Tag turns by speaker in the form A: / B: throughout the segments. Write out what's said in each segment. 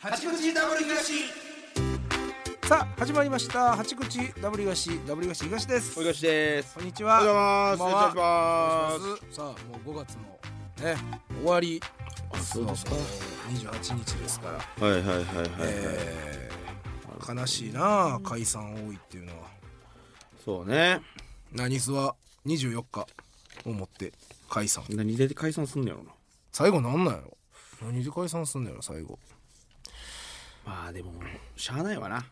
A: 八口ダブル東
B: さあ始まりました八口ダブル東ダブル東東です
A: おいがしです
B: こんにち
A: お
B: は
A: はようございます
B: こんばん
A: おはようござい
B: ますさあもう5月のね終わり
A: あそうですか
B: 28日ですから、
A: ますはいはいはいはい、
B: えー悲しいなあ解散多いっていうのは
A: そうね
B: 何すは24日をもって解散
A: 何で解散すんのやろな
B: 最後なんなんやろ何で解散すんだよ最後
A: まあでもしゃあないわな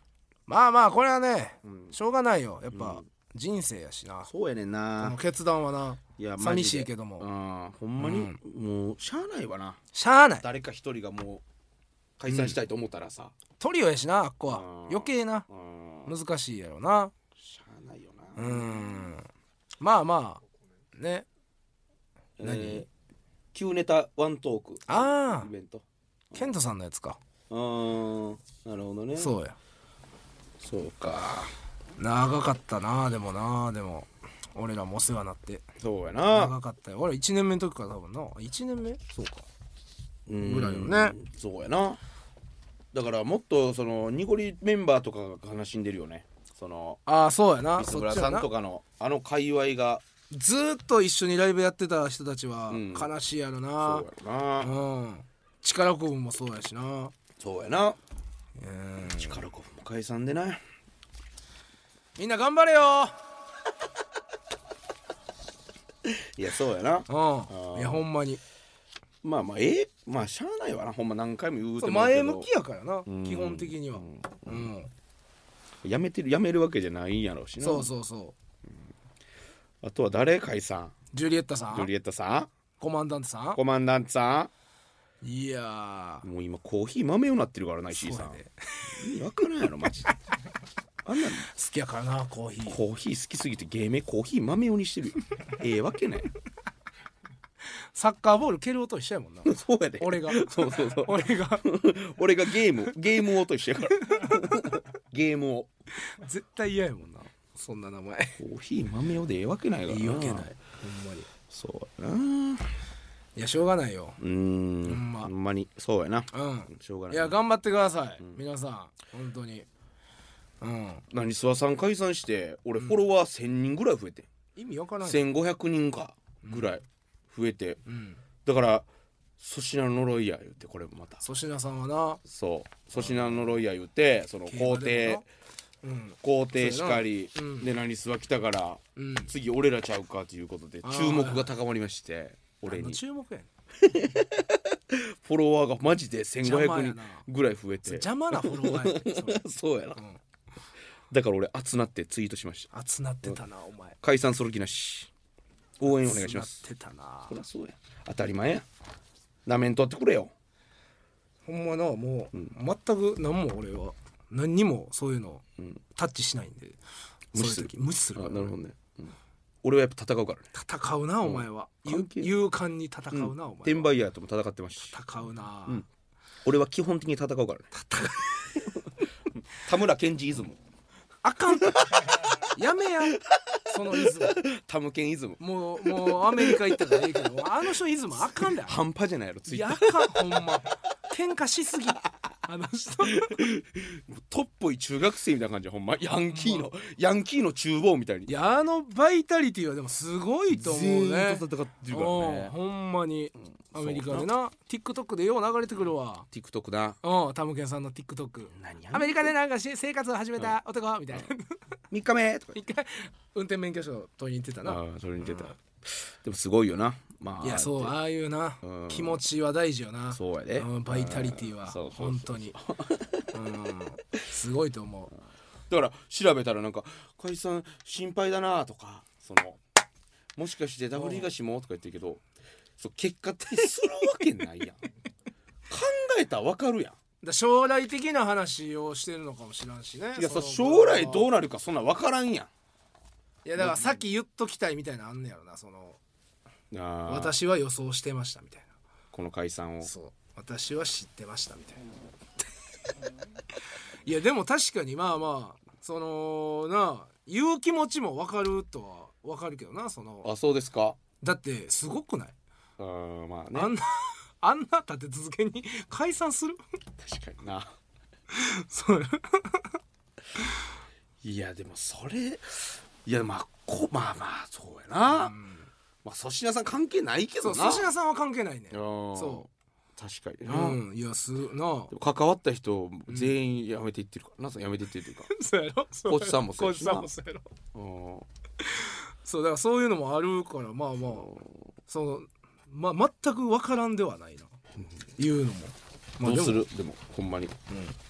B: まあまあこれはね、
A: ん
B: しょうがないよやっぱ人生やしな、
A: そうやねん
B: この
A: な
B: 決断はない
A: やマジで
B: 寂しいけども、
A: うんほんまに、もうしゃあないわな
B: しゃあない
A: 誰か一人がもう解散したいと思ったらさ、
B: トリオやしなあっこは
A: うん
B: 余計な
A: うん
B: 難しいやろな
A: しゃあないよ
B: う
A: な、
B: んまあまあね何
A: えー旧ネタワントーク
B: あ
A: イ
B: あ
A: ベント
B: ケントさんのやつか
A: うんなるほどね
B: そうや
A: そうか
B: 長かったなでもなでも俺らもお世話になって
A: そうやな
B: 長かったよ俺1年目の時から多分な1年目そうか
A: ぐ
B: らいよね
A: そうやなだからもっとそのニコリメンバーとかが悲しんでるよねその
B: ああそうやな
A: 磯
B: そっ
A: 村
B: ちや
A: さん
B: な
A: とかのあの界隈が
B: ずーっと一緒にライブやってた人たちは
A: うん
B: 悲しいやろ
A: そ
B: な
A: うやろ
B: う
A: なん
B: 力こぶもそうやしな
A: そうやな
B: うん
A: 力こぶも解散でな
B: みんな頑張れよ
A: いやそうやな
B: うんいやほんまに
A: まあまあええまあしゃあないわなほんま何回も言う
B: そ
A: て
B: う
A: もらうけ
B: 前
A: ど
B: 向きやからな
A: うん
B: 基本的にはうん
A: やめてるやめるわけじゃないんやろうしな
B: そうそうそう
A: あとは誰解散
B: ジュリエッタさ
A: ジュ
B: ん
A: リエッタさ
B: コマンダントさ
A: んコマンダントさ
B: んいや
A: んもう今コーヒー豆ようなってるからな石
B: ー
A: 井
B: そうや
A: さん
B: で
A: 意味わからんやろマジであんなの
B: 好きやからなコーヒー
A: コーヒー好きすぎて芸名コーヒー豆用に してるよええわけない
B: サッカーボール蹴る音一緒やもん な
A: そうやで
B: 俺が
A: そうそうそう
B: 俺が
A: 俺がゲームゲームをとしてやから ゲームを
B: 絶対嫌やもんなそんな名前
A: コーヒー豆用でええわけないから
B: 言い訳ないほんまに
A: そうやなう
B: いやしょうがないよ
A: ーん
B: んま
A: ほんまにそうやな
B: うん
A: しょうがない
B: いや頑張ってください皆さん本当にうん
A: 何諏訪さん解散して俺フォロワー1000人ぐらい増えて、
B: 意味わからんよ
A: 1500人かぐらい増えて、
B: うん
A: だから粗品の呪いや言ってこれまた
B: 粗品さんはな
A: そう粗品の呪いや言ってその
B: 競
A: 皇
B: 馬で
A: 帝
B: もなうん
A: 皇帝しかり、
B: そうやなうん
A: で何諏訪来たから、
B: うん
A: 次俺らちゃうかということで
B: あー
A: 注目が高まりまして俺
B: あの
A: に
B: 注目やねん
A: フォロワーがマジで
B: 邪魔や
A: 1500人
B: な
A: ぐらい増えて
B: 邪魔なフォロワーやねん それ
A: そうやな
B: うん
A: だから俺熱なってツイートしました
B: 熱なってたなお前
A: 解散する気なし応援お願い
B: 熱
A: し
B: な
A: ま
B: っ
A: す
B: てたな
A: そりゃそうや当たり前やなめんとってくれよ
B: ほんまなもう全く何も俺は何にもそういうの
A: ん
B: タッチしないんで
A: 無視
B: そ
A: する
B: ういう時無視す
A: あ
B: る
A: な
B: か
A: る
B: ら
A: ほどね、うん俺はやっぱ戦うからね
B: 戦うなお前は
A: 関
B: ゆ
A: 係ない
B: 勇敢に戦うなお前
A: 転
B: は
A: 売ヤーとも戦ってますし
B: 戦うな
A: うん俺は基本的に戦うからね田村健二イズム
B: あかんやめやそのイズム
A: タムケンイズム
B: もうもうアメリカ行ったからええけどあの人イズムあ かんだよ
A: 半端じゃないやろツイ
B: い
A: ッタ
B: や
A: ー
B: あかんほんま喧嘩しすぎあの人
A: トッポイ中学生みたいな感じやほんまヤンキーのヤンキーの厨房みたいに
B: いやあのバイタリティはでもすごいと思うね
A: 戦ってるから
B: うん
A: ね
B: ほんまにアメリカでな TikTok でよう流れてくるわ
A: TikTok な
B: うんタムケンさんの TikTok
A: 何や
B: アメリカでなんかし生活を始めた男みたいな
A: 3日目とか
B: 一回運転免許証取りに行ってたな
A: ああそれに出た、でもすごいよなまあ
B: いやそう
A: あ
B: ああいうな
A: うん
B: 気持ちは大事よ
A: あ
B: な
A: そうやで、
B: うんバイタリティは
A: そうそうそう
B: 本当 にうんすごいと思う
A: だから調べたらなんか「解散心配だな」とかその「もしかしてダブル東も?」とか言ってるけどそう結果ってするわけない やん考えたらわかるやん
B: だ将来的な話をしてるのかもしらんしね
A: いや
B: その
A: さ将来どうなるかそんなんわからんや
B: いやだからさっき言っときたいみたいなのあんねやろなその
A: んあー
B: 私は予想してましたみたい
A: この解散を
B: なそう私は知ってましたみたいな いやでも確かにまあまあそのなあ言う気持ちも分かるとは分かるけどなその
A: あそうですか
B: だってすごくない
A: うんまあ
B: あ
A: ね
B: んな あんな立て続けに解散する
A: 確かにな
B: そう
A: いやでもそれいやまあこまあまあそうやな、
B: ん
A: まあ粗品さん関係ないけ
B: そ
A: ど
B: う
A: な
B: 粗品さんは関係ないね
A: そ
B: そう
A: 確かに
B: う
A: な、
B: うんいやすなあ
A: でも関わった人全員辞めていってるから、なんか辞めていってる という
B: そうやろ
A: か、コーチさんもそ
B: そううやろコー
A: やしな
B: チさんもそうやろ
A: うん
B: そうだからそういうのもあるからまあまあそのまあ全く分からんではないな言うのもまあ
A: どうす
B: でも
A: るでもほんまに、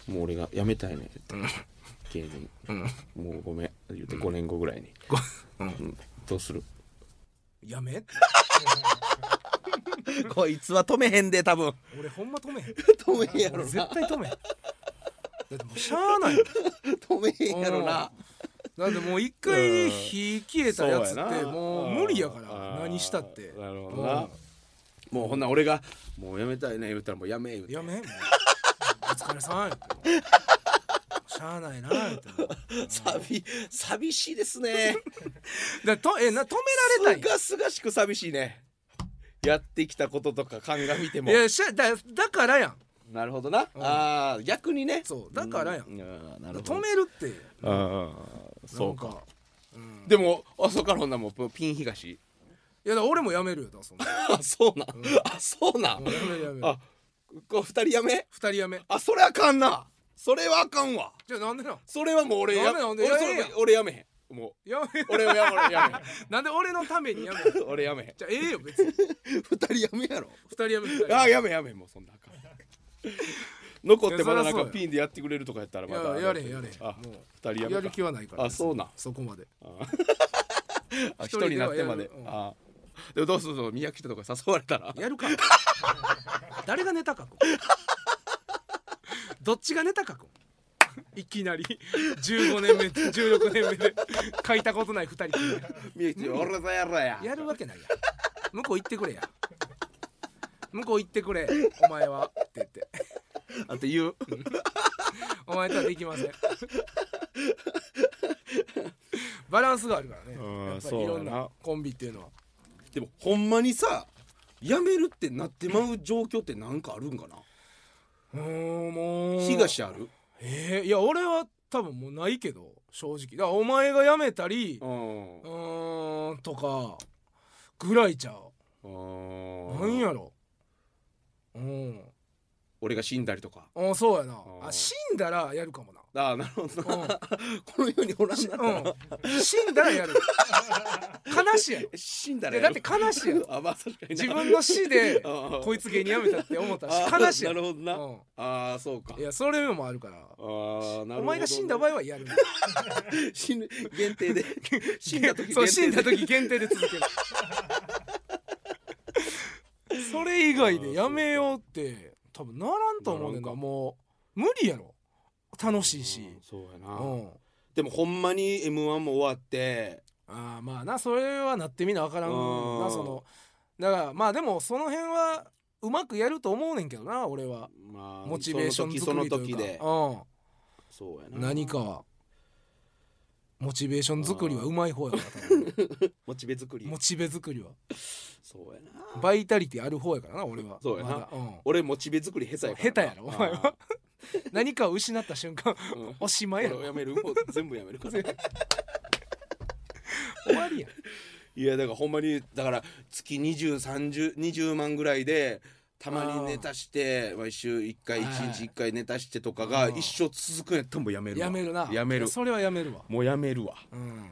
A: もう俺が辞めたいねんって言って芸
B: うん
A: 人もうごめん言って5年後ぐらいに、
B: ごうん
A: うんどうする
B: やめ
A: こいつは止めへんで多分
B: 俺ほんま止めへん
A: 止めへんやろ
B: 俺
A: な
B: 絶対止めへんだってもうしゃあないよ
A: 止めへんやろな
B: だってもう一回火消えたやつ
A: そう
B: って
A: な
B: もう無理やか
A: あ
B: ら
A: ー
B: 何したって
A: なるほどなもうほんなら俺が「もうやめたいね」言ったら「もうやめ」言う
B: うん
A: て
B: やめもうお疲れさん言うてしゃあないな言うても
A: 寂寂しいですね
B: だと えな止められ
A: す
B: たんや
A: がすがしく寂しいねやってきたこととか鑑みても
B: いやしゃだだからやん
A: なるほどな、ああ逆にね
B: そうだからやん
A: うんあーなるほど
B: 止めるって
A: あー
B: な
A: そうんか
B: かうん
A: でもあそうかほんならもうピン東
B: いやだから俺もやめるよだからそんな
A: あそうなん、あそうなん、
B: もうやめるやめる
A: あこう二人やめ
B: 二人やめ
A: あそれあかんなそれはあかんわ
B: じゃあなんでなん
A: それはもう俺や
B: やめなほんで
A: 俺
B: やめ
A: それ
B: や
A: 俺やめへんも
B: やめ
A: う俺はや俺や
B: なんで俺のためにやめる
A: め へん俺やめへん
B: じゃあええよ別に
A: 二人やめやろ
B: 二人やめる二人やめ
A: あーやめやめもうそんなあかん残ってまだなん
B: いやそりゃ
A: か
B: そうや
A: ピンでやってくれるとかやったら
B: い
A: ま
B: や
A: た
B: やれへんやれへん
A: あ
B: もう
A: 二人やめか
B: やる気はないから
A: あそうなん
B: そこまで
A: あ
B: 一人
A: 一人に
B: で
A: な
B: は
A: ってまで
B: やるうん
A: あーでもどうするの宮北とか誘われたら
B: やるか誰がネタ書くんどっちがネタ書くんいきなり15年目16年目で書いたことない2人
A: 宮北俺だやろや
B: やるわけないやん向こう行ってくれや向こう行ってくれお前はって言って
A: あって言う
B: お前とはできませんバランスがあるからね
A: うん
B: やっぱ
A: そう
B: りい
A: やな
B: ろんなコンビっていうのは
A: でもほんまにさやめるってなってまう状況ってなんかあるんかな
B: うーんもう
A: 東ある
B: えー、いや俺は多分もうないけど正直だからお前が辞めたり
A: うん
B: うーんとかぐらいちゃうなんやろうん
A: 俺が死んだりとか
B: あそうやな
A: あー
B: あ死んだらやるかもな
A: ああなるほ ど
B: う
A: なんこの世におらんなったら
B: うん死んだらやる悲しいやろ
A: 死んだ
B: い
A: ら
B: や
A: や
B: だっ
A: る
B: て悲しいやろ
A: あまあ確かにな
B: 自分の死で
A: ああ
B: こいつ芸人辞めたって思った
A: あ
B: し
A: あ
B: 悲しいや
A: な
B: ろ
A: るほどな、
B: うん
A: ああそうか
B: いやそれもあるから
A: あーなるほど
B: お前が死んだ場合はやる
A: 死ぬ限 定で死んだ時限定で
B: そう死んだ時限定で続ける それ以外でやめようって多分ならんと思うねん
A: ならん
B: な
A: か
B: もう無理やろ楽しいし
A: うんそうや
B: う
A: な、
B: ん
A: でもほんまに m 1も終わって
B: あーまあなそれはなってみなわからん
A: うん
B: なそのだからまあでもその辺はうまくやると思うねんけどな俺は
A: まあ
B: モチベーション
A: そ
B: 作
A: の
B: り
A: 時
B: という
A: その時で
B: か
A: そうや
B: う
A: なん
B: 何かはモチベーション作りはうまい方やから多 分
A: モチベ作り
B: モチベ作りは
A: そうやな
B: バイタリティある方やからな俺は
A: そうやな
B: まだん
A: 俺モチベ作り下手やから
B: 下手やろお前は 何かを失った瞬間
A: あーうん
B: おしまいやろ
A: 俺 をやめるもう全部やめる から
B: 終わりやん
A: いやだからほんまにだから月203020万ぐらいでたまにネタして毎週1回
B: はい
A: 1日1回ネタしてとかが
B: うん
A: 一生続くんやったらもうやめるわ
B: やめるな
A: やめる
B: それはやめるわ
A: もうやめるわ
B: うん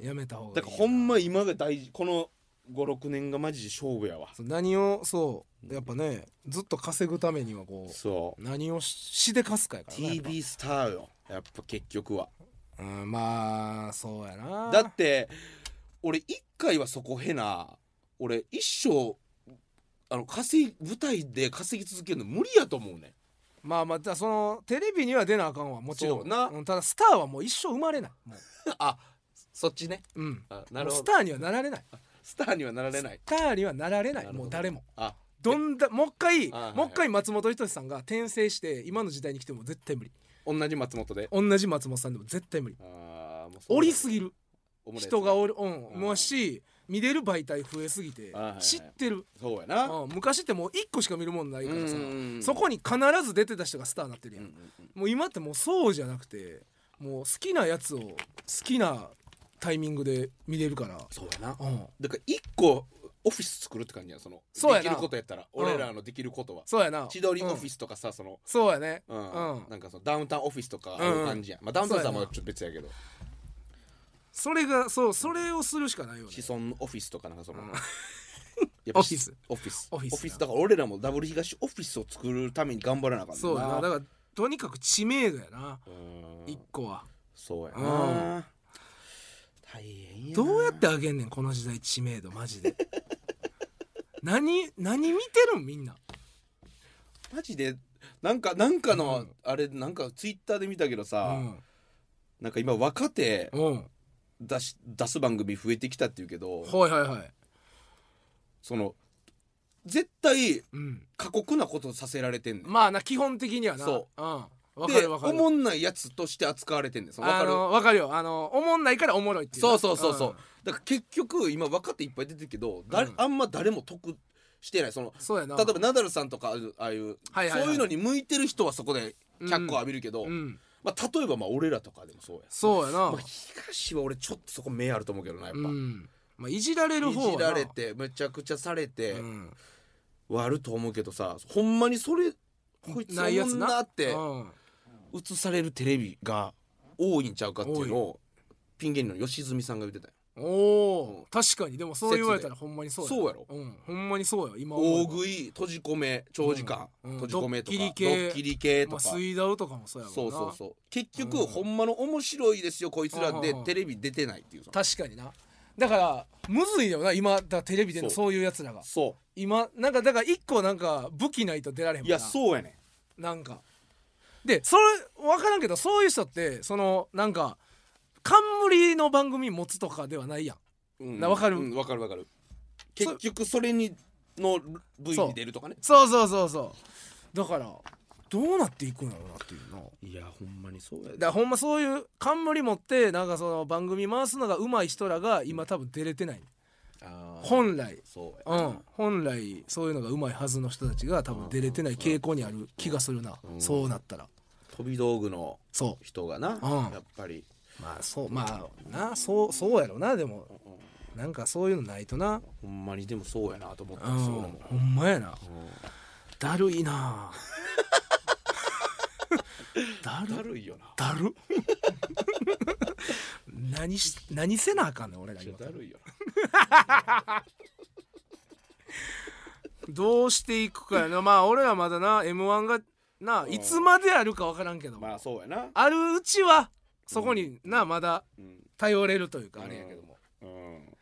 B: やめた方がいい
A: だからほんま今が大事この56年がマジで勝負やわ
B: そう何をそうやっぱねずっと稼ぐためにはこう
A: そう
B: 何をししでかすかやからなやっぱ
A: TV スターよやっぱ結局は
B: うんまあそうやな
A: だって俺一回はそこへな俺一生あの稼い舞台で稼ぎ続けるの無理やと思うね
B: まあまあただそのテレビには出なあかんわもちろ
A: そうんな
B: うんただスターはもう一生生まれないも
A: あそっちね
B: ううん
A: あなる
B: も
A: ほ
B: うス
A: ど
B: ターにはなられない
A: スターにはなられない
B: スターにはなられな
A: ないるほど
B: もう誰も
A: あ
B: どんだもう一回
A: あはいはい
B: もう一回松本人志さんが転生して今の時代に来ても絶対無理
A: 同じ松本で
B: 同じ松本さんでも絶対無理
A: あーもうそう
B: おりすぎる
A: オムレツ
B: 人がおるうん
A: うん
B: もし見れる媒体増えすぎて
A: はいはいはい
B: 知ってる、
A: そうやな
B: うん昔ってもう1個しか見るもんないからさ
A: うん
B: そこに必ず出てた人がスターになってるやん、もう今ってもうそうじゃなくてもう好きなやつを好きなタイミングで見れるから、
A: そうやな
B: うん、
A: だから一個オフィス作るって感じやんその
B: そうやな
A: できることやったら俺らのできることは
B: そうやな
A: 千鳥オフ
B: うん
A: ィスとかさその
B: そうやね
A: う
B: うん
A: んなんかそのダウンタウンオフィスとかある感じやんまあダウンタウンさんはまだちょっと別やけど
B: それがそうそれをするしかないよね
A: 子孫オフィスとかなんかその
B: うん
A: やっぱ
B: オフィス
A: オフィス
B: オ
A: オ
B: フ
A: フ
B: ィス
A: ィス
B: な
A: だから俺らもダブル東オフィスを作るために頑張らなあかった
B: そうやなだからとにかく知名度やな一個は
A: そうや
B: う
A: な大変やな
B: どうやってあげんねんこの時代知名度マジで 何何見てるんみんな
A: マジでなんかなんか
B: う
A: の
B: ん
A: あれなんかツイッターで見たけど
B: う
A: さ
B: ん
A: なんか今若手
B: うん
A: 出し出す番組増えてきたっていうけど
B: はいはいはい
A: その絶対
B: うん
A: 過酷なことさせられてんねん
B: まあな基本的にはな、
A: そう
B: ん、わか
A: で
B: るわか
A: お
B: る
A: もんないやつとして扱われてんねんそのわ
B: あ
A: かる
B: のわかるよあのおもんないからおもろいっていう
A: そうそうそうそう、
B: ん
A: だから結局今若手いっぱい出てるけど、誰
B: うん
A: あんま誰も得してないその
B: そうやな
A: 例えばナダルさんとかああいう、
B: はいはいはい
A: そういうのに向いてる人はそこで脚光浴びるけど、
B: うん
A: まあ、例えばまあ俺らとかでもそうや
B: そうやな、
A: まあ、東は俺ちょっとそこ目あると思うけどなやっ
B: う
A: ぱ、
B: んまあ、いじられる方はい
A: じ
B: な
A: られてめちゃくちゃされて、
B: うん、
A: はあると思うけどさほんまにそれこいつ
B: ないや
A: そ
B: つ
A: ん
B: な
A: なって
B: うん
A: 映されるテレビが多いんちゃうかっていうのをピン芸人の吉住さんが言ってたよ
B: お
A: うん
B: お確かにでもそう言われたらほんまにそうやな
A: そうやろ
B: うん、ほんまにそうや今思えば
A: 大食い閉じ込め長時間、
B: うんうん
A: 閉じ込めとか
B: ド
A: ド
B: ッ
A: ッ
B: キリ系
A: キリ系
B: ま
A: と
B: あ、
A: か、
B: 水道とかもそうやもんな
A: そうそうそう結
B: う
A: 局、
B: ん
A: ほんまの面白いですよこいつら
B: うんうん
A: で
B: うん
A: テレビ出てないっていうその
B: 確かになだからむずいよな今だからテレビでの
A: そ
B: そういうやつらが
A: そ
B: 今なんかだから一個なんか武器ないと出られへん
A: う
B: も
A: い
B: んな
A: やそうやね
B: なんかでそれ分からんけどそういう人ってそのなんか冠の番組持つとかではないやん
A: んうん
B: なわかる
A: うんわかるわかる
B: そ
A: 結局それにの V
B: そう
A: に出るとかね
B: そうそうそうそうだからどうなっていくんだろうなっていうの
A: いやほんまにそうや
B: だからほんまそういう冠持ってなんかその番組回すのが上手い人らが今多分出れてない
A: あー
B: 本来
A: そう
B: う
A: や
B: ん、本来そういうのがうまいはずの人たちが多分出れてない傾向にある気がするな、そうなったら
A: 飛び道具の
B: そう
A: 人がな、
B: ん
A: やっぱり
B: まあそうまあなそうそうやろなでもなんかそういうのないとな
A: ほんまにでもそうやなと思った
B: うん
A: んですよ俺も
B: ほんまやなだるいなだ
A: だ
B: る
A: るいよな
B: だる何し何せなあかんねん俺ら今
A: だるいよな
B: どうしていくかやなまあ俺らまだな m 1がないつまであるか分からんけど、
A: まあそうやな
B: あるうちはそこになまだ
A: うん
B: 頼れるというかあれやけども
A: うん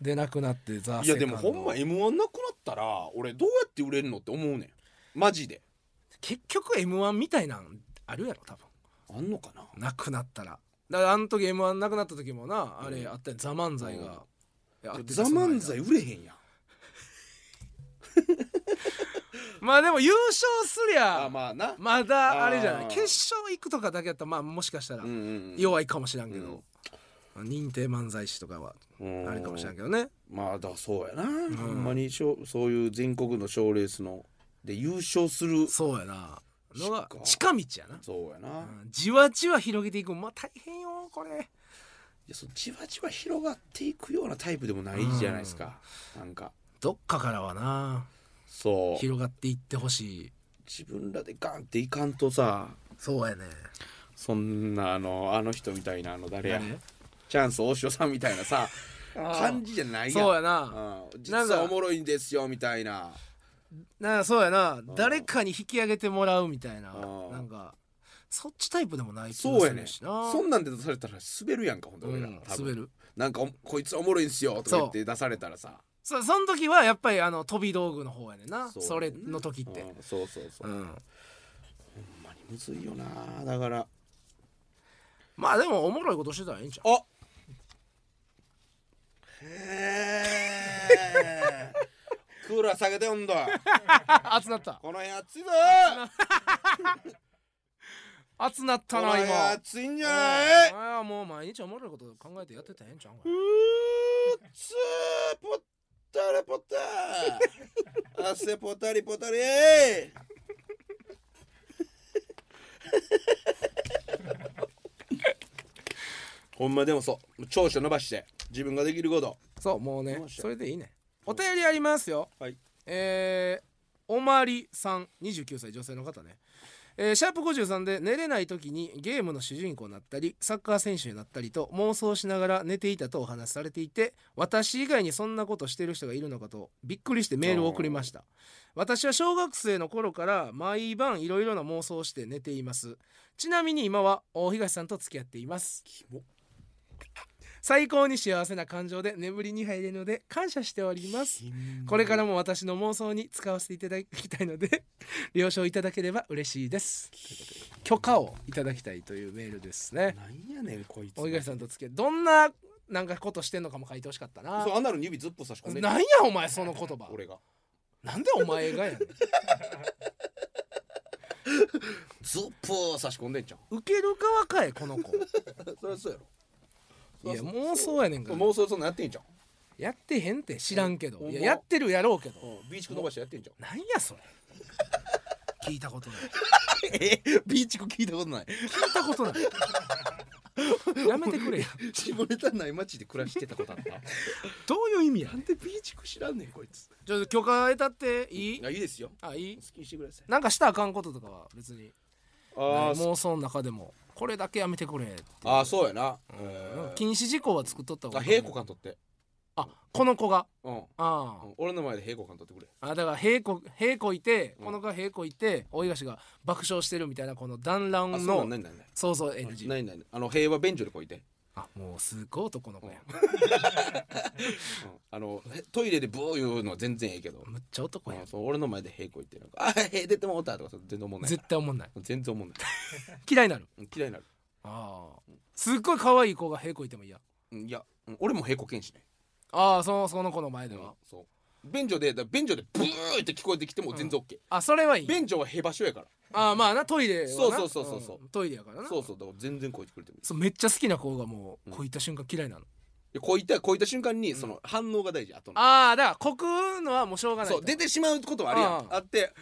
B: 出なくなってザー
A: いやでもほんま
B: セ
A: m 1なくなったら俺どうやって売れるのって思うねんマジで
B: 結局 m 1みたいなんあるやろ多分
A: あんのかな
B: なくなったらだからあの時 m 1なくなった時もなあれ
A: うん
B: あったやん「ザ漫才がやってて
A: ザ・漫才
B: その間
A: 売れへんやん
B: まあでも優勝すり
A: あ
B: ゃ
A: まあな、
B: まだあれじゃな
A: あ
B: い
A: ー
B: 決勝行くとかだけやったらまあもしかしたら
A: うんうんうん
B: 弱いかもしらんけど認定漫才師とかは
A: うん
B: あれかもしれんけどね
A: まあだからそうやな、ほんまにしょそういう全国の賞ーレースので優勝する
B: そうやなのが
A: し
B: 近道やな
A: そうやな、い
B: うんじわじわ広げていくまあ大変よこれ
A: やそうじわじわ広がっていくようなタイプでもないじゃないですか、なんか
B: どっかからはな
A: そう
B: 広がっていってほしい
A: 自分らでガンっていかんとさ
B: そうやね
A: そんなあのあの人みたいなあの誰やチャンス大塩さんみたいなさ感じじゃないやん
B: そうやな
A: うん実
B: なんか
A: はおもろいんですよみたいな
B: なそうやな誰かに引き上げてもらうみたいな
A: うん
B: なんかそっちタイプでもない気
A: そう
B: が
A: や
B: す
A: ね
B: る
A: ん
B: しな
A: そんなんで出されたら滑るやんかほんと
B: う
A: 俺ら、
B: ん
A: 多分
B: 滑る
A: なんかおこいつおもろいんすよとか言って出されたらさ
B: そその時はやっぱりあの飛び道具の方やねんな
A: そ
B: そうれの時って
A: うんそうそうそ
B: う
A: う、ほ
B: ん
A: んまにむずいよなだから
B: まあでもおもろいことしてたらいいんちゃう
A: あへえクーラー下げて温度
B: あ熱なった
A: この辺暑いぞ
B: 熱なった
A: こ
B: な
A: れ
B: 今
A: 熱いんじゃない
B: ああもう毎日おもろいこと考えてやってたらええんちゃうんか
A: う
B: な
A: ーつーぽったれぽった ー汗ぽたりぽたりーほんまでもそう長所伸ばして自分ができること
B: そうもうね
A: どうしよう
B: それでいいねお便りありますよ
A: はい
B: えー、おまりさん29歳女性の方ねえーシャープ53で寝れない時にゲームの主人公になったりサッカー選手になったりと妄想しながら寝ていたとお話しされていて私以外にそんなことしてる人がいるのかとびっくりしてメールを送りました私は小学生の頃から毎晩いろいろな妄想をして寝ていますちなみに今は大東さんと付き合っています
A: キモ
B: 最高に幸せな感情で眠りに入れるので感謝しておりますこれからも私の妄想に使わせていただきたいので 了承いただければ嬉しいです許可をいただきたいというメールですね
A: なんやねんこいつ
B: 大東さんと付き合いどんななんかことしてんのかも書いてほしかったな
A: そうアナルに指ずっぽ差し込んで
B: なんやお前その言葉
A: 俺が
B: なんでお前がやねん
A: ずっぽー差し込んでんじゃん
B: 受ける側かいこの子 い
A: そりゃそうやろ
B: や妄想やねんから
A: 妄想そんなんやってんじゃん
B: やってへんって知らんけど
A: ん
B: い
A: ま
B: ややってるやろうけど
A: ビーチク伸ばしてやってんじゃん
B: なんや それ聞いたことない
A: えビーチク聞いたことない
B: 聞いたことないやめてくれや
A: 下ネタない街で暮らしてた ことあった
B: どういう意味や
A: なんでビーチク知らんねんこいつ
B: ちょっと許可得たっていい
A: あいいですよ
B: あいい
A: 好きにしてください
B: なんかしたらあかんこととかは別に
A: あー
B: 妄想の中でもこれだけやめてくれって
A: あーそうやな、え
B: なんか
A: ー
B: 禁止事項は作っとった方
A: あ
B: が
A: 平子監とって
B: あこの子が
A: うん、
B: あ
A: うん俺の前で平子監とってくれ
B: ああだから平子平子いて
A: うん
B: この子が平子いて大東が爆笑してるみたいなこの団らん
A: あそうな
B: の
A: んないないない
B: そうそう
A: な
B: NG
A: いないないあの平和便所でこいて、
B: あもうすごい男の子や
A: うん、あのへトイレでブー言うのは全然ええけど、
B: むっちゃ男や
A: うんそう俺の前で平子いってなんか「あへ出てもうた」とかそう全然思んない
B: 絶対思んない
A: 全然思んない
B: 嫌いになる
A: うん嫌いになる、
B: ああすっごい可愛い子が平子いても嫌
A: うんいや、うん俺も平子剣士ね
B: ああそのその子の前で
A: う
B: は、
A: んそう便所でだから便所でブーって聞こえてきても全然 OK、
B: あそれはいい
A: 便所はへばしょやから
B: ああまあなトイレはな
A: そうそうそうそうそうん
B: トイレやからな
A: そうそうだから全然こいてくれてもいい
B: そうめっちゃ好きな子がもう
A: うん
B: こういった瞬間嫌いなの、
A: いやこういったこういった瞬間にその反応が大事後の
B: ああだから告るのはもうしょうがない
A: そう
B: と
A: 出てしまうことはあるやん
B: ああ
A: あって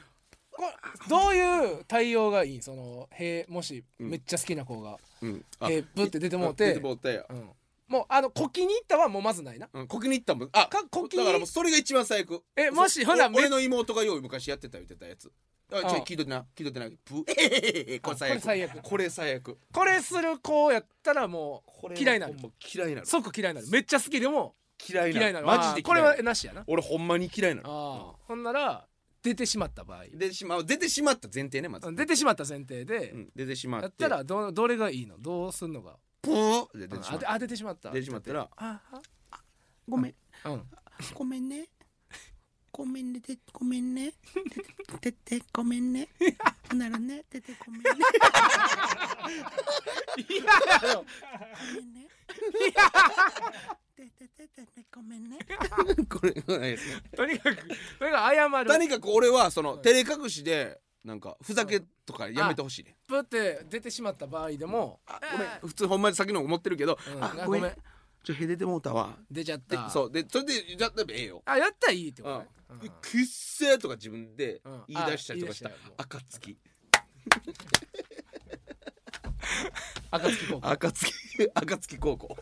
B: こどういう対応がいいそのへもし
A: うん
B: めっちゃ好きな子が、
A: うん
B: へブって出て
A: て
B: もうて
A: 出てもうて
B: うんもうあのこきに行ったはもうまずないな
A: うんこきに行ったもんあ
B: かこきに
A: だからもうそれが一番最悪
B: えもし
A: そ
B: ほな
A: お
B: め
A: 俺の妹がよう昔やってた言ってたやつあ
B: あ
A: ちょ聞いとってな聞いとってなプーえへへへへ これ最
B: あこれ最
A: 悪
B: 悪
A: これ最悪
B: これする子やったらも
A: こ
B: う
A: れ
B: 嫌いになる
A: ほんま嫌いになる
B: 即嫌いになるめっちゃ好きでも
A: 嫌いに
B: 嫌いに
A: な
B: な
A: る
B: る
A: マジ
B: あー
A: で
B: こ
A: 嫌
B: れ
A: いにな
B: は
A: る
B: なしやな
A: 俺ほんまに嫌いになる
B: ああほんなら出てしまった場合
A: 出てしまう出てしまった前提ねまず
B: 出てしまった前提で、
A: うん出てしまって
B: やったらどどれがいいのどうすんのが
A: プーで出てしま
B: あ
A: っ
B: で
A: た
B: あ出てしまった
A: 出てしまったら
B: ああ
A: ごめん
B: うん
A: ごめんね。ごめんね、て、ごめんね。てて、ごめんね。ならね、てて、ごめんね。
B: いやろ
C: ごめんね。てててててごめんね。
A: これ、これですね。
B: とにかくとにかく謝る
A: とにかく俺は、その、照れ隠しで、なんか、ふざけとかやめてほしいね。
B: プって出てしまった場合でも
A: あごめん、普通、ほんまに先の思ってるけど
B: う、ん
A: あ
B: あ、
A: ごめ
B: ごめ
A: ん
B: ん。
A: ちょ、へでてもうたわ。
B: 出ちゃっ
A: で
B: た、
A: そう、で、それで、やったらええよ。
B: あやったらいいってこ
A: う
B: と
A: ん
B: ね、うん
A: でくっせーとか自分で
B: うん
A: 言い出したりとかした
B: あ言い出したよもう暁効
A: 暁
B: 果
A: 暁 暁高校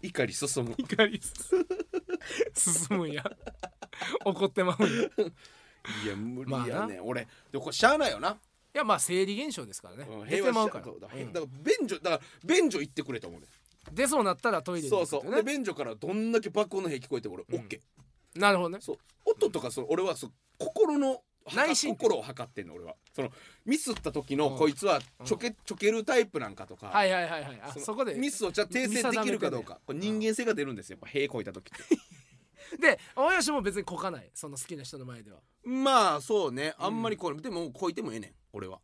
A: 怒り進む
B: 怒り 進むんや怒ってまうんやい
A: いや無
B: ま
A: 理
B: あ
A: や
B: な
A: ねん俺でもこれしゃあないよな
B: やまあ生理現象ですからね、
A: うん
B: 出
A: 平和
B: て
A: に
B: まう
A: し
B: から、
A: そうだ
B: う
A: へ
B: ん
A: だから便所だから便所行ってくれと思うね
B: 出そうなったらトイレに行
A: そ
B: く
A: うそ
B: と
A: う、
B: ね
A: で便所からどんだけ爆音の兵聞こえても俺、
B: ん
A: オッケー
B: なるほどね
A: そう音とかそう俺はそう心の
B: 内心
A: 心を測ってんの俺はそのミスった時の
B: うん
A: こいつはちょけ、ちょけるタイプなんかとか、
B: はいはいはいはいあそ
A: の
B: こで
A: ミスをじゃあ訂正できるかどうか、こ
B: 見定めてね
A: れ人間性が出るんですよやっぱ兵こいた時って
B: で大吉も別にこかないその好きな人の前では
A: まあそうねあんまりこれ、でもこいてもええねん俺は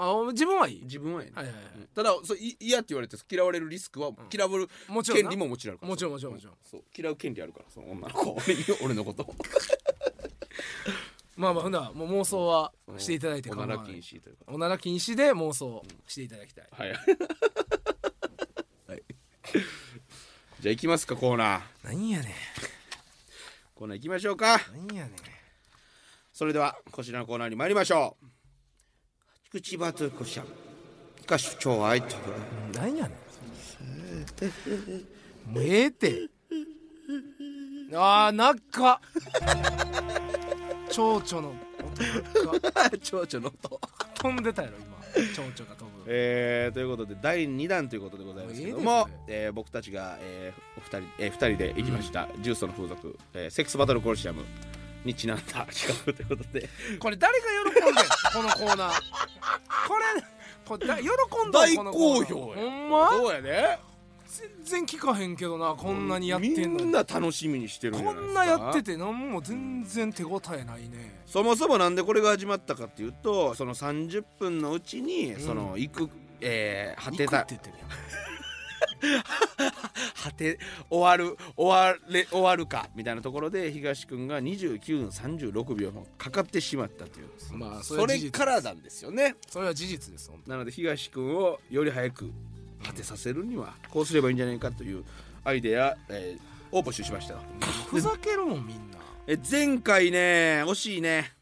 B: あお自分はいい
A: 自分はええねん、
B: はいはいはい
A: うんただそうい嫌って言われて嫌われるリスクは嫌われる
B: もちろんな
A: 権利ももちろんあるから
B: もちろんもちろんもちろん
A: そう嫌う権利あるから その女の子俺に俺のこと
B: まあまあほんならもう妄想は
A: うん
B: していただいて
A: お
B: 構わ
A: な
B: ない
A: ら禁止というか
B: おなら禁止で妄想していただきたい
A: はい、 じゃあ行きますかコーナー
B: 何やねん
A: コーナー行きましょうか
B: 何やねん
A: それではこちらのコーナーに参りましょう口バトコシャンしかし超愛と
B: 何やねんもうええってあーなっ か蝶々の音なっか
A: 蝶々の音
B: 飛んでたやろ今蝶々が飛ぶ
A: えー、ということで第2弾ということでございますけども
B: もういいですね
A: えー僕たちが、えーお二人えー、二人で行きました、ジュースの風俗、えーセックスバトルコルシアムにちなんだ企画ということで
B: これ誰が喜んでんこのコーナーこれこれだ喜んだこのコーナーほんま
A: そうやね
B: 全然聞かへんけどなこんなにやってんのに
A: みんな楽しみにしてるんじゃ
B: こ
A: いですか
B: んなやってて何も全然手応えないね
A: そもそもなんでこれが始まったかっていうとその30分のうちにその行く、えー果てた
B: 肉って言ってる
A: 果て終わる終われ終わるかみたいなところで東君が29分36秒もかかってしまったという
B: やんまあそれ
A: そ
B: は事
A: れ
B: 実
A: からなんですよね
B: それは事実ですほんと
A: なので東君をより早く果てさせるにはこうすればいいんじゃないかというアイデア、えーを募集しました
B: ふざけるもんみんな
A: え前回ね惜しいね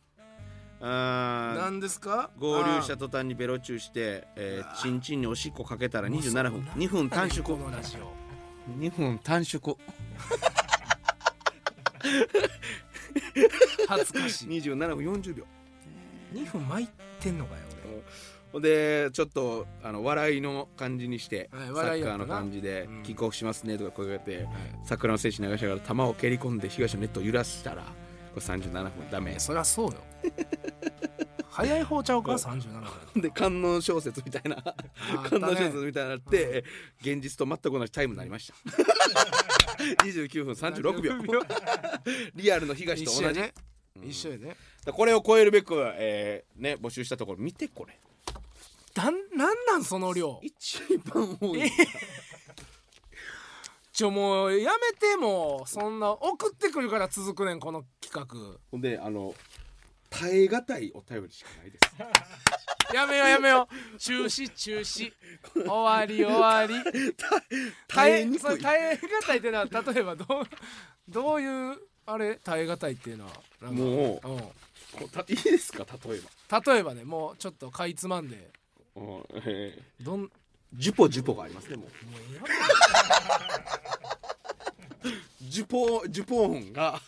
A: うーん
B: 何ですか
A: 合流した途端にベロチューして、えー、チンチンにおしっこかけたら27分2分短縮
B: このラジオ
A: 2分短縮
B: 恥ずかしい
A: 27分40秒
B: 2分巻いてんのかよ
A: ほんでちょっとあの笑いの感じにして、
B: はい
A: サ
B: 笑い
A: ッ
B: や
A: カ
B: った
A: ー
B: な
A: の感じで
B: うん
A: 「キックオフしますね」とか声かけて、
B: い
A: 桜の精子流しながら球を蹴り込んで東のネットを揺らしたらこれ37分ダメ
B: 俺そりゃそうよ早い方ちゃうか37分
A: で観音小説みたいな
B: あった
A: 観
B: ね
A: 音小説みたいになって、現実と全く同じタイムになり ました29分36秒 リアルの東
B: 一
A: と
B: 緒
A: 同
B: や
A: じ
B: ね一緒やね
A: だからこれを超えるべく、えーね、募集したところ見てこれ
B: だんなんなんその量
A: 一番多い、
B: ちょもうやめてもうそんな送ってくるから続くねんこの企
A: ほんであの耐え難いお便りしかないです
B: 画やめようやめよう中止中止終わり終わり耐えそれ耐え難いっていうのは例えばどうどういうあれ耐え難いっていうのはなんか
A: も
B: うん
A: こうたいいですか例え
B: 例えばねもうちょっとかいつまんで
A: ば、うんえ
B: どんもう
A: ージュポジュポがありますねもう
B: ええわ
A: ジュポジュポ音が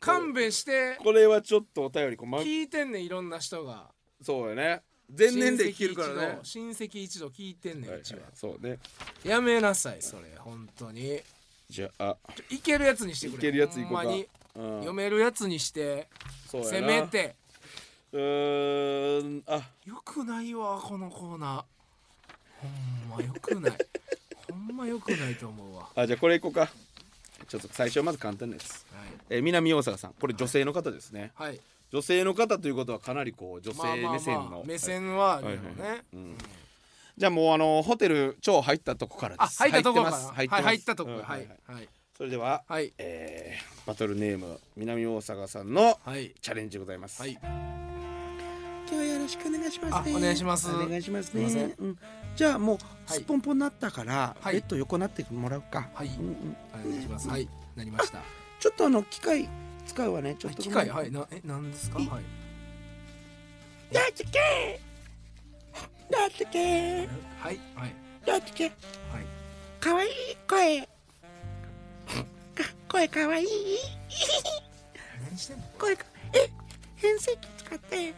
B: 勘弁して
A: これはちょっとお便りこう、ま、
B: 聞いてんねんいろんな人が
A: そうよね全年齢聞けるからね
B: 親戚一同聞いてんね
A: はい
B: ん
A: は
B: う
A: い
B: ちは
A: そうね
B: やめなさいそれ本当に
A: じゃあ
B: ちょいけるやつにしてくれ
A: いけるやついこうか
B: ほんまに
A: うん
B: 読めるやつにして
A: そうやな
B: せめて
A: うーんあ
B: よくないわこのコーナーほんまよくないほんまよくないと思うわ
A: あじゃあこれいこうかちょっと最初はまず簡単なやつ、えー南大阪さんこれ女性の方ですね、
B: はい、はい、
A: 女性の方ということはかなりこう女
B: まあ
A: 性
B: まあ
A: 目線の、
B: まあ目線はあるよね、
A: はいはいはいうんじゃあもうあのホテル超入ったとこからで
B: あ
A: す
B: 入ったとこかな
A: 入ってま
B: は
A: す
B: い入ったとこ、
A: うん
B: はいはい
A: それでは、
B: はい
A: えーバトルネーム南大阪さんの
B: はい
A: チャレンジでございます、
B: はい
A: 今日よろしくお願いしま
B: あお願いします
A: お願いします
B: すいま
A: ねうんじゃあもう
B: はい
A: すっぽんぽんなったから、
B: はい
A: ベッド横になってもらうか、
B: はい
A: うんうん
B: お願いしますはいなりました
A: ちょっとあの機械使うわねちょっと
B: 機械はいなえなんですか
A: い
B: はい
A: 大好き大好き
B: はいはい
A: 大好き
B: はい
A: かわいい声か声かわいい
B: 何してんの
A: 声かえ変声機使って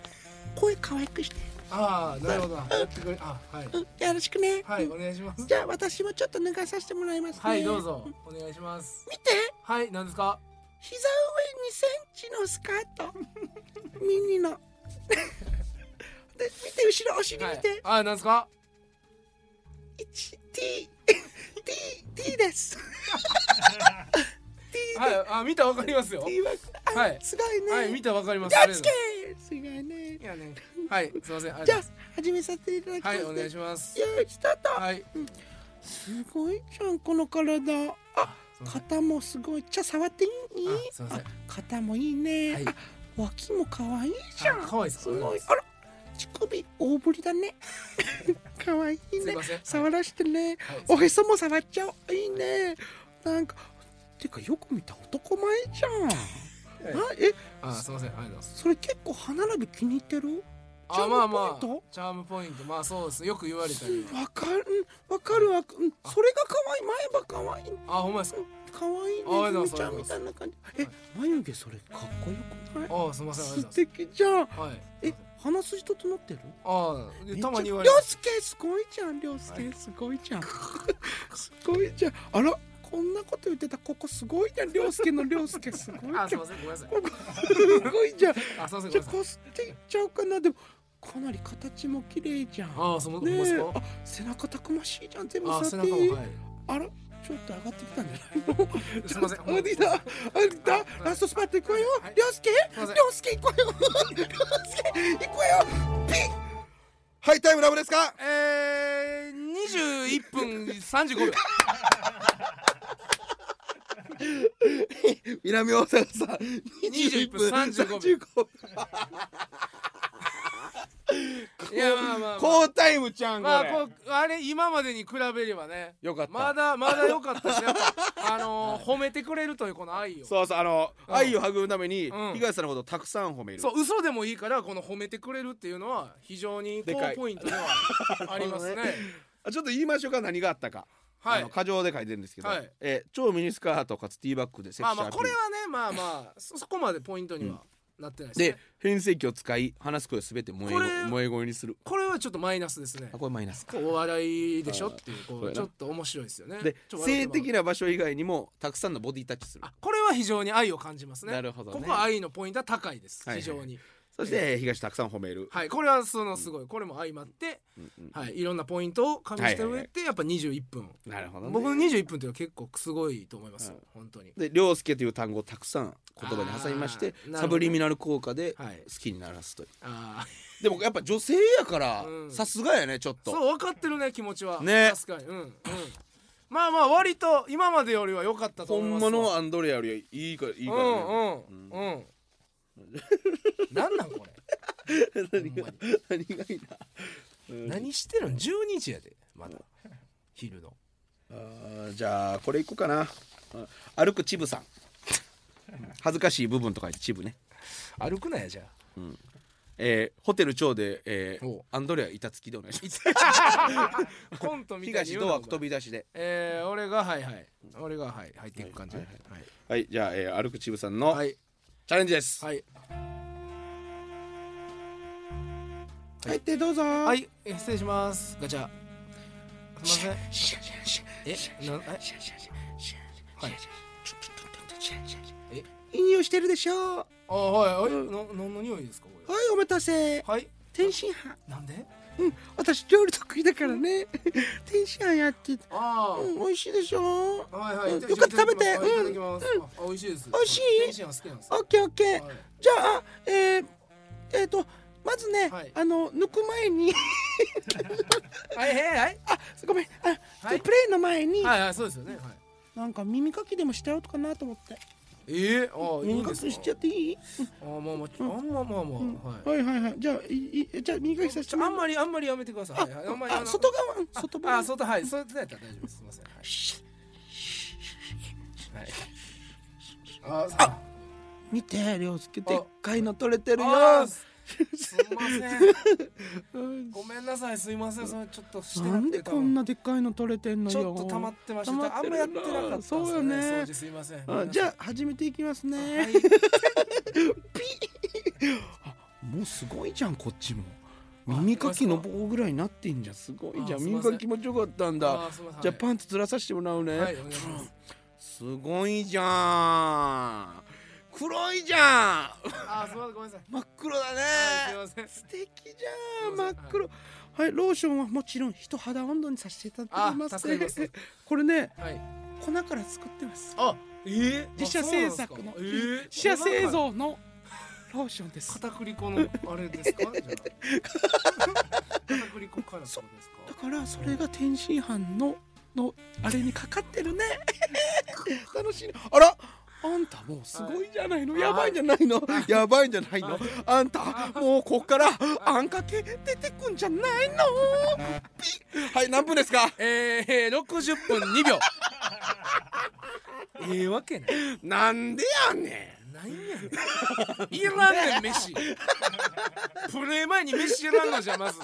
A: 声かわいくして
B: ああなるほどやってくれあはい
A: うんよろしくね
B: はいお願いします
A: じゃあ私もちょっと脱がさせてもらいますね
B: はいどうぞお願いします
A: 見て
B: はいなんですか
A: 膝上2センチのスカ ートミニので見て後ろお尻見
B: はい
A: て、
B: あなんですか
A: 1T T T です T で、
B: はいあ見たらわかりますよ
A: T はあ
B: はい
A: すごいね、
B: はい見たらわかります
A: 大好きすごいね
B: いやねはいすいませんあり
A: じ
B: が
A: ゃ
B: と
A: あ始めさせていただ
B: う
A: きま
B: は
A: す、
B: い
A: ね。
B: お願いします
A: よーいスタート。
B: はい
A: すごいじゃんこの体。あ
B: すい
A: 肩もすごいじゃあ触っていい
B: あすいません
A: あ肩もいいね、
B: はい
A: あ脇も可愛いじゃん
B: あ可愛いです
A: すごいあら乳首大ぶりだね 可愛い
B: すい
A: ね
B: ません
A: 触らしてね
B: はい
A: おへそも触っちゃおういいねなんかてかよく見た男前じゃん、あえ
B: あすいませんありがとうございます
A: それ結構歯並び気に入ってるチャ
B: あ
A: ーム
B: まあまあ
A: ポイント
B: チャームポイントまあそうですよく言われたりは
A: わかるうんわかるわかるうんそれが可愛い前歯可愛い
B: あほんまですか
A: 可愛い
B: ああ
A: ね
B: りがとうご
A: め
B: ざ
A: ちゃ
B: い
A: ん
B: ま
A: み
B: す
A: たいな感じえ眉毛それかっこよくない
B: あすいませんありがと
A: 素
B: う
A: 敵じゃん
B: ございますはい
A: え鼻筋整ってる
B: あ
A: めっ
B: で
A: ちゃ
B: たまに言われ
A: 涼
B: ます
A: 介すごいじゃん涼介すごいじゃん すごいじゃんあらこんなこと言ってたここすごいじゃん涼介の涼介すごいじゃ
B: あ
A: ん
B: すいませんごめんなさい
A: ここすごいじゃん
B: あすいませんごめ
A: じ
B: んなさい
A: ゃあこすっていっちゃおうかなでもかなり形も綺麗じゃん
B: あそのほん
A: ね
B: まです
A: え
B: か
A: あ背中たくましいじゃん全部
B: あ背
A: 触
B: 中
A: っていい
B: もはい
A: あらちょっと上がってきたんじゃないの
B: すい ません
A: 上がってきた上がってきたラストスパッと行くわよ
B: はい
A: 涼
B: すい
A: 介
B: ません
A: 涼介行くわよ涼介行くわよピッはいタイムラブですか
B: えー、21分35秒
A: 南大阪さん
B: 21分35
A: 35秒
B: いやまあまあまあ
A: 好タイムちゃんこ
B: まあ
A: れ、
B: こうあれ今までに比べればね
A: よかった
B: まだまだ良かったしやっ ぱあのー褒めてくれるというこの愛を
A: そうそうあの、
B: うん
A: 愛を育むために、
B: うん
A: 東さんのことをたくさん褒める
B: そう嘘でもいいからこの褒めてくれるっていうのは非常に
A: で
B: 高
A: かい
B: ポイントではあり ますね
A: あちょっと言いましょうか何があったか、
B: は
A: あ
B: い
A: の過剰で書いてるんですけど、
B: はい
A: えー超ミニスカートかつティーバッグでセク
B: ま
A: シャ
B: あまあ
A: ルアピー
B: こ
A: ル
B: れはねまあまあそそこまでポイントにはなってないですね、
A: で変声器を使い話す声をすべて萌え
B: こ
A: 声
B: れ
A: 萌え声にする
B: これはちょっとマイナスですね
A: あこれマイナスか
B: こうお笑いでしょっていうこ
A: そう
B: う
A: やな
B: ちょっと面白いですよね
A: で
B: ちょっと笑
A: 性
B: っても
A: 的な場所以外にもたくさんのボディタッチする
B: あこれは非常に愛を感じますね
A: なるほどね
B: ここは愛のポイントは高いです、
A: はいはい
B: 非常に
A: そして、えー東たくさん褒める、
B: はいこれはそのすごいこれも相まって、
A: うんうん
B: はい、いろんなポイントを加味した
A: はい
B: 上
A: は
B: でやっぱ21分
A: なるほど、ね、
B: 僕の21分っていうのは結構すごいと思いますよ、
A: うん
B: 本当に
A: で涼介という単語をたくさん言葉に挟みまして、
B: あーなるほどね
A: サブリミナル効果で好
B: はい
A: きにならすという、
B: ああ
A: でもやっぱ女性やから
B: うん
A: さすがやねちょっと
B: そう分かってるね気持ちは
A: ね
B: 確かにうんうんまあまあ割と今までよりは良かったと
A: ほ
B: 思い
A: ん
B: ます
A: ま
B: わ
A: のアンドレアよりいいからいいからね、
B: うんうんうん、なんなんこれ
A: 何
B: ほ
A: が
B: ん
A: 何がいいなうん
B: 何してるん12時やでまだ昼の
A: あーじゃあこれいこうかなあ歩くチブさん恥ずかしい部分とか言ってチブね、
B: 歩くなやじゃあ
A: えー、ホテル長で、えー
B: おう、
A: アンドレア板付きでお願いします
B: コントみたいに
A: 東
B: 言う
A: ド
B: な
A: ア飛び出しで
B: えー、俺がはいはい俺がはい入っていく感じはい
A: はいじゃあ、えー、歩くチブさんの、
B: はい
A: チャレンジです
B: はい、
A: 入ってどうぞは
B: はいえ失礼しますガチャすいま
A: シャシャシャ
B: せんえなえはいえ
A: 引用してるでしょは
B: あはいはいののの匂いですかこれ
A: いお待たせ
B: はい
A: 天津飯
B: なんで
A: うん私料理得意だからね天津飯やって
B: ああ、
A: うん美味しいでしょオ
B: はいはい、
A: うんよかった食べて
B: はいいただきます、
A: うん
B: あ美味しいです
A: 美味しい
B: 天津飯好きなんです
A: ッケーオッケー
B: はい
A: じゃあえー、えー、とまずね、
B: はい
A: あの抜く前に
B: はいはいはい
A: あごめんあ、
B: はい
A: プレイの前に、
B: はいはいそうですよねはい
A: なんか耳かきでもしちゃおうかなと思って
B: ええああいい
A: 耳
B: ん
A: か
B: で
A: き
B: すか
A: しちゃっていい、
B: あまあまあちょあまあまあまあはい
A: はいはいはいじゃあいいじゃあ耳かきさせ
B: ち
A: て
B: ょあ
A: もら
B: んまりあんまりやめてください。はいはいあんまり
A: あ
B: の
A: 外側うん外側
B: あ外はいそうやったら大丈夫です。すみません。はい。はい、ああ
A: 見て涼介
B: あ
A: でっかいの取れてるよ
B: あすすみません。ごめんなさいすみませんそれちょっとして
A: な
B: く
A: ん
B: て
A: でこんなでっかいの取れてん
B: 多分
A: のよ
B: ちょっと溜まってました。
A: 溜まっ
B: あん
A: てる
B: まやってなかったんですよ、
A: そうよね
B: 掃除すみません。
A: あじゃあ始めていきますね、
B: は い
A: もうすごいじゃんこっちも耳かきの棒ぐらいになってんじゃんすごいじゃん
B: あすい
A: 耳
B: ません
A: かき気持ちよかったんだ
B: あすみません
A: じゃあ
B: ン
A: パンツずらさせてもらうね、
B: はいお願いします。
A: すごいじゃん黒いじゃん
B: あすみませんごめんなさい。
A: 真っ黒だね
B: はいすみません。
A: 素敵じゃん
B: すいま
A: 真
B: せ
A: っ
B: ん
A: 黒はいローションはもちろん人肌温度にさせていただきま
B: あ
A: す
B: 助かります
A: これね
B: はい。
A: 粉から作ってます
B: あ、えー、
A: 自社製作の
B: あそうなんですか
A: 自社製造のローションで
B: えー
A: す
B: 片栗粉のあれですか？じゃあ片栗粉から そうです
A: だからそれが天津飯ののあれにかかってるね 楽しいなあらあんたもうすごいじゃないのやばいんじゃないのやばいんじゃないのあんたもうこっからあんかけ出てくんじゃないのピ ッはい何分ですか
B: えー、60分2秒 ええわけない
A: なんでやね
B: ないやねんいらんねん飯プレー前に飯いらんのじゃまず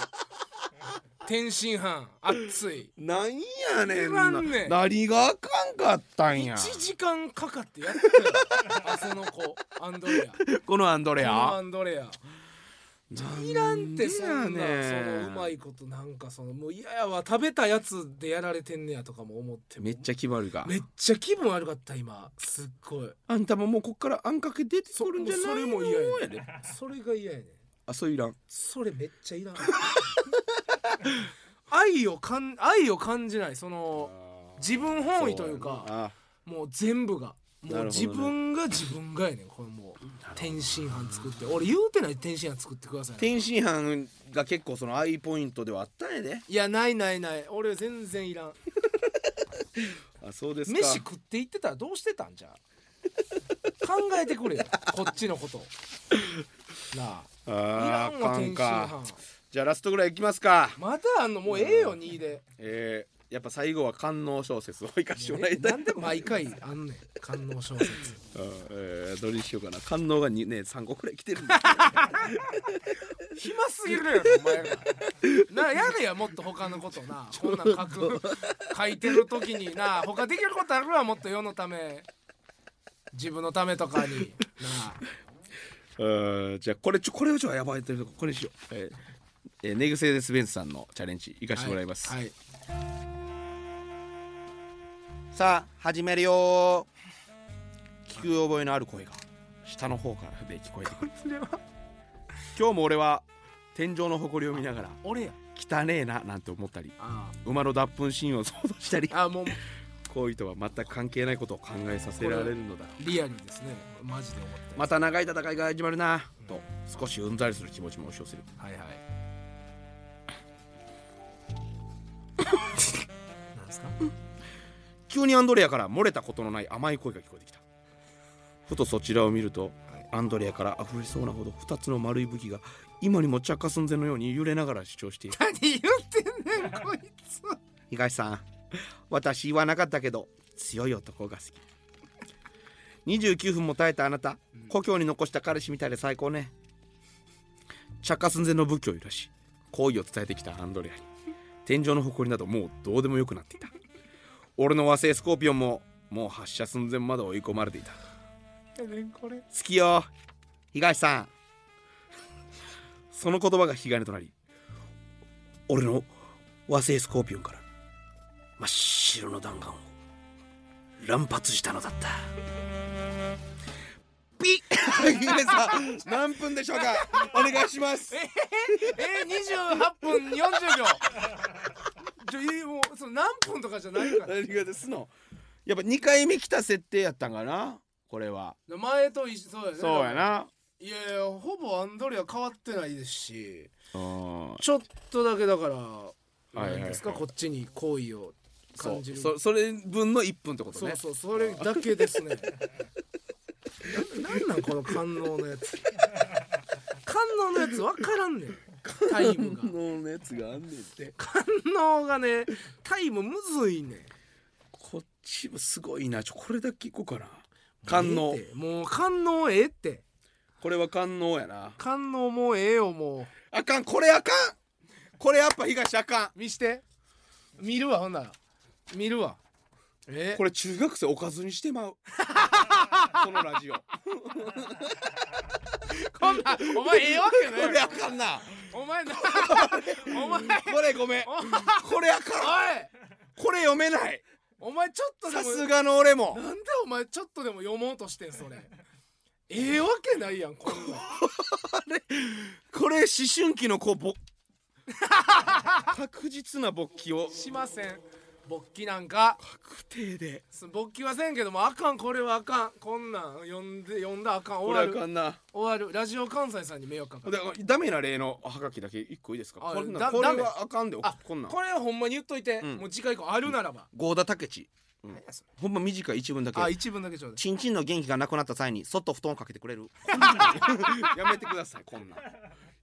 B: 天津飯熱い
A: んなんやねん
B: いらんねん
A: 何があかんかったんや
B: 1時間かかってやってた汗の子アンドレア
A: このアンドレ
B: このア
A: ア
B: ンドレア
A: なん
B: いらんってそんな
A: でやね
B: そのうまいことなんかそのもう嫌やわ食べたやつでやられてんねやとかも思って
A: めっちゃ気悪いが
B: ゃめっちゃ気分悪かった今すっごい
A: あんたももうこっからあんかけ出てくるんじゃないの
B: それも嫌や
A: で
B: ねそれが嫌やねん
A: あそういらん
B: それめっちゃいらん 愛をかん愛を感じないその自分本位というか
A: あ
B: もう全部がも
A: な
B: う
A: るほどね
B: 自分が自分がやねんこれもう天津飯作って俺言うてない天津飯作ってくださいね
A: 天津飯が結構そのアイポイントではあったんやで
B: いやないないない俺全然いらん
A: あそうですか
B: 飯食っていってたらどうしてたんじゃあ考えてくれよこっちの ことなあいら
A: あー
B: ん
A: あか
B: わ
A: ん
B: 天津
A: か
B: 飯
A: じゃあラストぐらいいきますか
B: まだあんのもうええよ2で
A: えー、やっぱ最後は官能小説を生かしてもらいたい
B: なんで毎回あんねん官能小説
A: あーえー、どれにしようかな官能がにね3個くらい来 てるんですけど
B: 暇すぎるやろお前らなやれやもっと他のことなこんなん書く書いてる時にな他できることあるわもっと世のため自分のためとかにな
A: あーじゃあこれちょこれをちょやばいというかこれにしよう、えーえー、寝癖でスベンスさんのチャレンジ生か
B: あ
A: してもらいます、
B: はい、はい
A: さあ始めるよ聞く覚えのある声が下の方からで聞こえてくる今日も俺は天井の埃を見ながら
B: 俺や
A: 汚ねえななんて思ったり
B: あ
A: 馬の脱糞シーンを想像したり
B: ああもう
A: 行為とは全く関係ないことを考えさせられるのだ
B: リアルですねマジで思って
A: また長い戦いが始まるなと少しうんざりする気持ちも押し寄せる
B: はい はい。なんですか。
A: 急にアンドレアから漏れたことのない甘い声が聞こえてきたふとそちらを見るとアンドレアから溢れそうなほど2つの丸い武器が今にも着火寸前のように揺れながら主張している
B: 何言ってんねん、こいつ。
A: 東さん私言わなかったけど強い男が好き29分も耐えたあなた故郷に残した彼氏みたいで最高ね着火寸前の武器を揺らし好意を伝えてきたアンドレアに天井の誇りなどもうどうでもよくなっていた俺の和製スコーピオンももう発射寸前まで追い込まれていた
B: これ。
A: 好きよ東さんその言葉が引き金となり俺の和製スコーピオンから真っ白の弾丸を乱発したのだったピッ 東さん何分でしょうかお願いします
B: えー、二十八分四十秒。じゃ、いい、もう、その何分とかじゃないから。
A: 何がですのやっぱ2回目来た設定やったんかなこれは
B: 前と一緒、そうやね。
A: そうや。ない
B: やいや、ほぼアンドレア変わってないですし。
A: うん
B: ちょっとだけだから。
A: いはいはい
B: 何ですか、こっちに好意を。
A: そ
B: 感
A: う
B: じる。
A: そそれ分の1分ってこと
B: そ
A: ね
B: うそう、それだけですね。ななんなんこの官能のやつ。官能のやつわからんねん。タイ ムが。
A: のやつがあんねんって
B: 官能がね、タイムむずいねん。
A: こっちもすごいなちょこれだけいこうかな官能
B: ええってもう官能ええって。
A: これは官能やな
B: 官能もうええよ、も
A: あかんこれあかんこれやっぱ東あかん
B: う。見して。見るわ、ほんなら。見るわ。え
A: これ中学生おかずにしてまう このラジオこ
B: こんな、お前ええわけ
A: れ
B: ない。
A: あかんな
B: お前な、お前、
A: これごめん
B: おい、
A: これあかんこれ読めない
B: お前ちょっとで
A: さ
B: も。
A: すがの俺も
B: なんでお前ちょっとでも読もうとしてんそれええわけないやんこんなん
A: これ思春期の子 ぼ確実な勃起を
B: しません勃起なんか
A: 確定です
B: 勃起はせんけどもあかんこれはあかんこんなん読んで読んだらあかん
A: これあ
B: 終わ
A: か
B: る
A: んな
B: 終わるラジオ関西さんに迷惑かか
A: だ
B: る
A: ダメな例のはがきだけ一個いいですか
B: あ
A: こんな
B: だ
A: んこれ
B: ダメ
A: はあかんで
B: あ
A: こんなん
B: これはほんまに言っといて、
A: うん
B: もう次回以降あるならば、
A: 合田武うん
B: 何やそれ
A: ほんま短い一文だけ
B: あ一文だけちょうだい
A: チンチンの元気がなくなった際にそっと布団をかけてくれる やめてくださいこんなん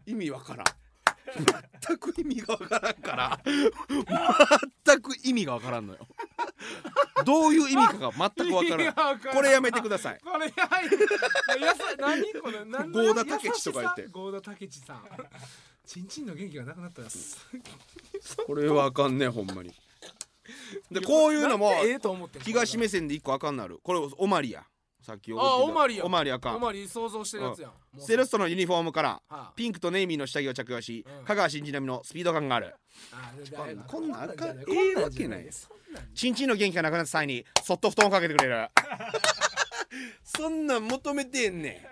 A: 意味わからん全く意味がわからんから全く意味がわからんのよどういう意味かが全くわから
B: い
A: ん
B: やわからん
A: これやめてください
B: こ れはいやさ何これ何の
A: 郷田武志とか言って
B: 優しさ郷田武志さんちんちんの元気がなくなったらす
A: これはあかんねほんまにでこういうのも
B: なんてええと思ってんの
A: 東目線で一個あかんなるこれオマリやさっき送ってた
B: あオマリや
A: オマリあか
B: お
A: ん
B: まり想像してるやつやんもう
A: セレストのユニフォームから
B: はあ
A: ピンクとネイミーの下着を着用し、
B: うん
A: 香川真司並みのスピード感がある
B: あで
A: こん
B: だ
A: こんなんあかん
B: じゃ
A: ええ
B: こん
A: わけない
B: そんなん
A: チンチンの元気がなくなった際にそっと布団をかけてくれ るそんなん求めてんね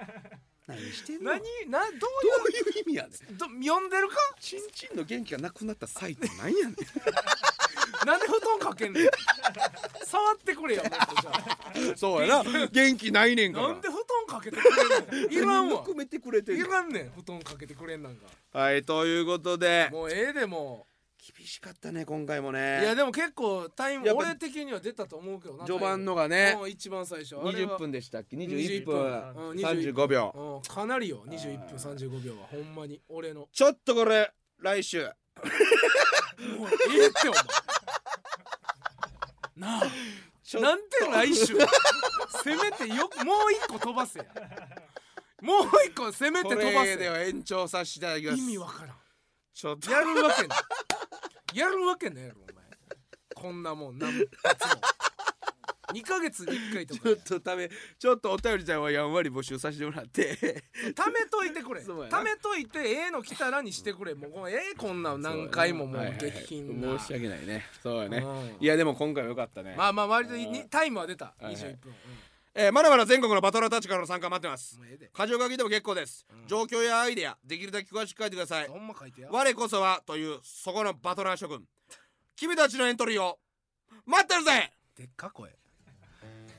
A: ん何してんの
B: 何
A: ど
B: など
A: ういう意味やねん
B: ういうど読んでるか
A: チンチンの元気がなくなった際って何やねん
B: なんで布団かけんねん触って くれよもっとじゃ
A: そうやな元気ないねん
B: あ
A: から
B: なんで布団かけてくれんねんいらんわ
A: 含めてくれてん
B: い
A: ねん
B: らんねん布団かけてくれんなんか
A: はいということで
B: もうええでも
A: 厳しかったね今回も
B: う
A: ね
B: いやでも結構タイム
A: やっぱ
B: 俺的には出たと思うけどな
A: 序盤のがね
B: もう一番最初あれは
A: 20分でしたっけ
B: 21
A: 21
B: 分う
A: 分
B: ん
A: 35秒
B: うんかなりよ21分35秒はほんまに俺 のも
A: ちょっとこれ来週
B: うええってお前なあ
A: ちょっと
B: なんて来週せめてよもう一個飛ばせやもう一個せめて
A: こ
B: 飛ばせ
A: れでは延長させていただきます
B: 意味わからん
A: ちょっと
B: やるわけないやるわけないやろお前こんなもん何発も2ヶ月に1回と
A: ち
B: か
A: ょ
B: や
A: っとためちょっとお便りちゃんはやんわり募集させてもら って
B: 貯めといてくれ
A: そうやな
B: 貯めといてええの来たらにしてくれもうこのええこんなん何回もも
A: はいうはいはい
B: 激品な
A: 申し訳ないねそうや
B: う
A: ね
B: ん
A: いやでも今回は良かったね、
B: まあまあ割とにタイムは出た
A: いはい
B: 21分
A: えーまだまだ全国のバトラーたちからの参加待ってます
B: うんもうええで
A: 箇条書きでも結構です、状況やアイデアできるだけ詳しく書いてください
B: ほんま書いてや
A: 我こそはというそこのバトラー諸君君たちのエントリーを待ってるぜ
B: でっか声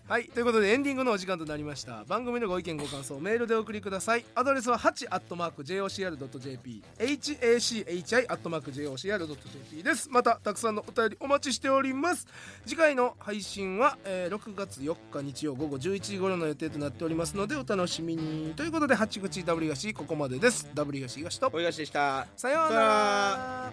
B: はいということでエンディングのお時間となりました番組のご意見ご感想メールでお送りくださいアドレスは 8-jocr.jp hachi-jocr.jp ですまたたくさんのお便りお待ちしております次回の配信は、えー6月4日日曜午後11時頃の予定となっておりますのでお楽しみにということで八口ダブリガシここまでですダブリガシ東と
A: おいがしでした
B: さような
A: さよう
B: ら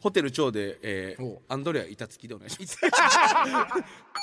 A: ホテル長で、えー
B: おう
A: アンドレア板付きでお願いします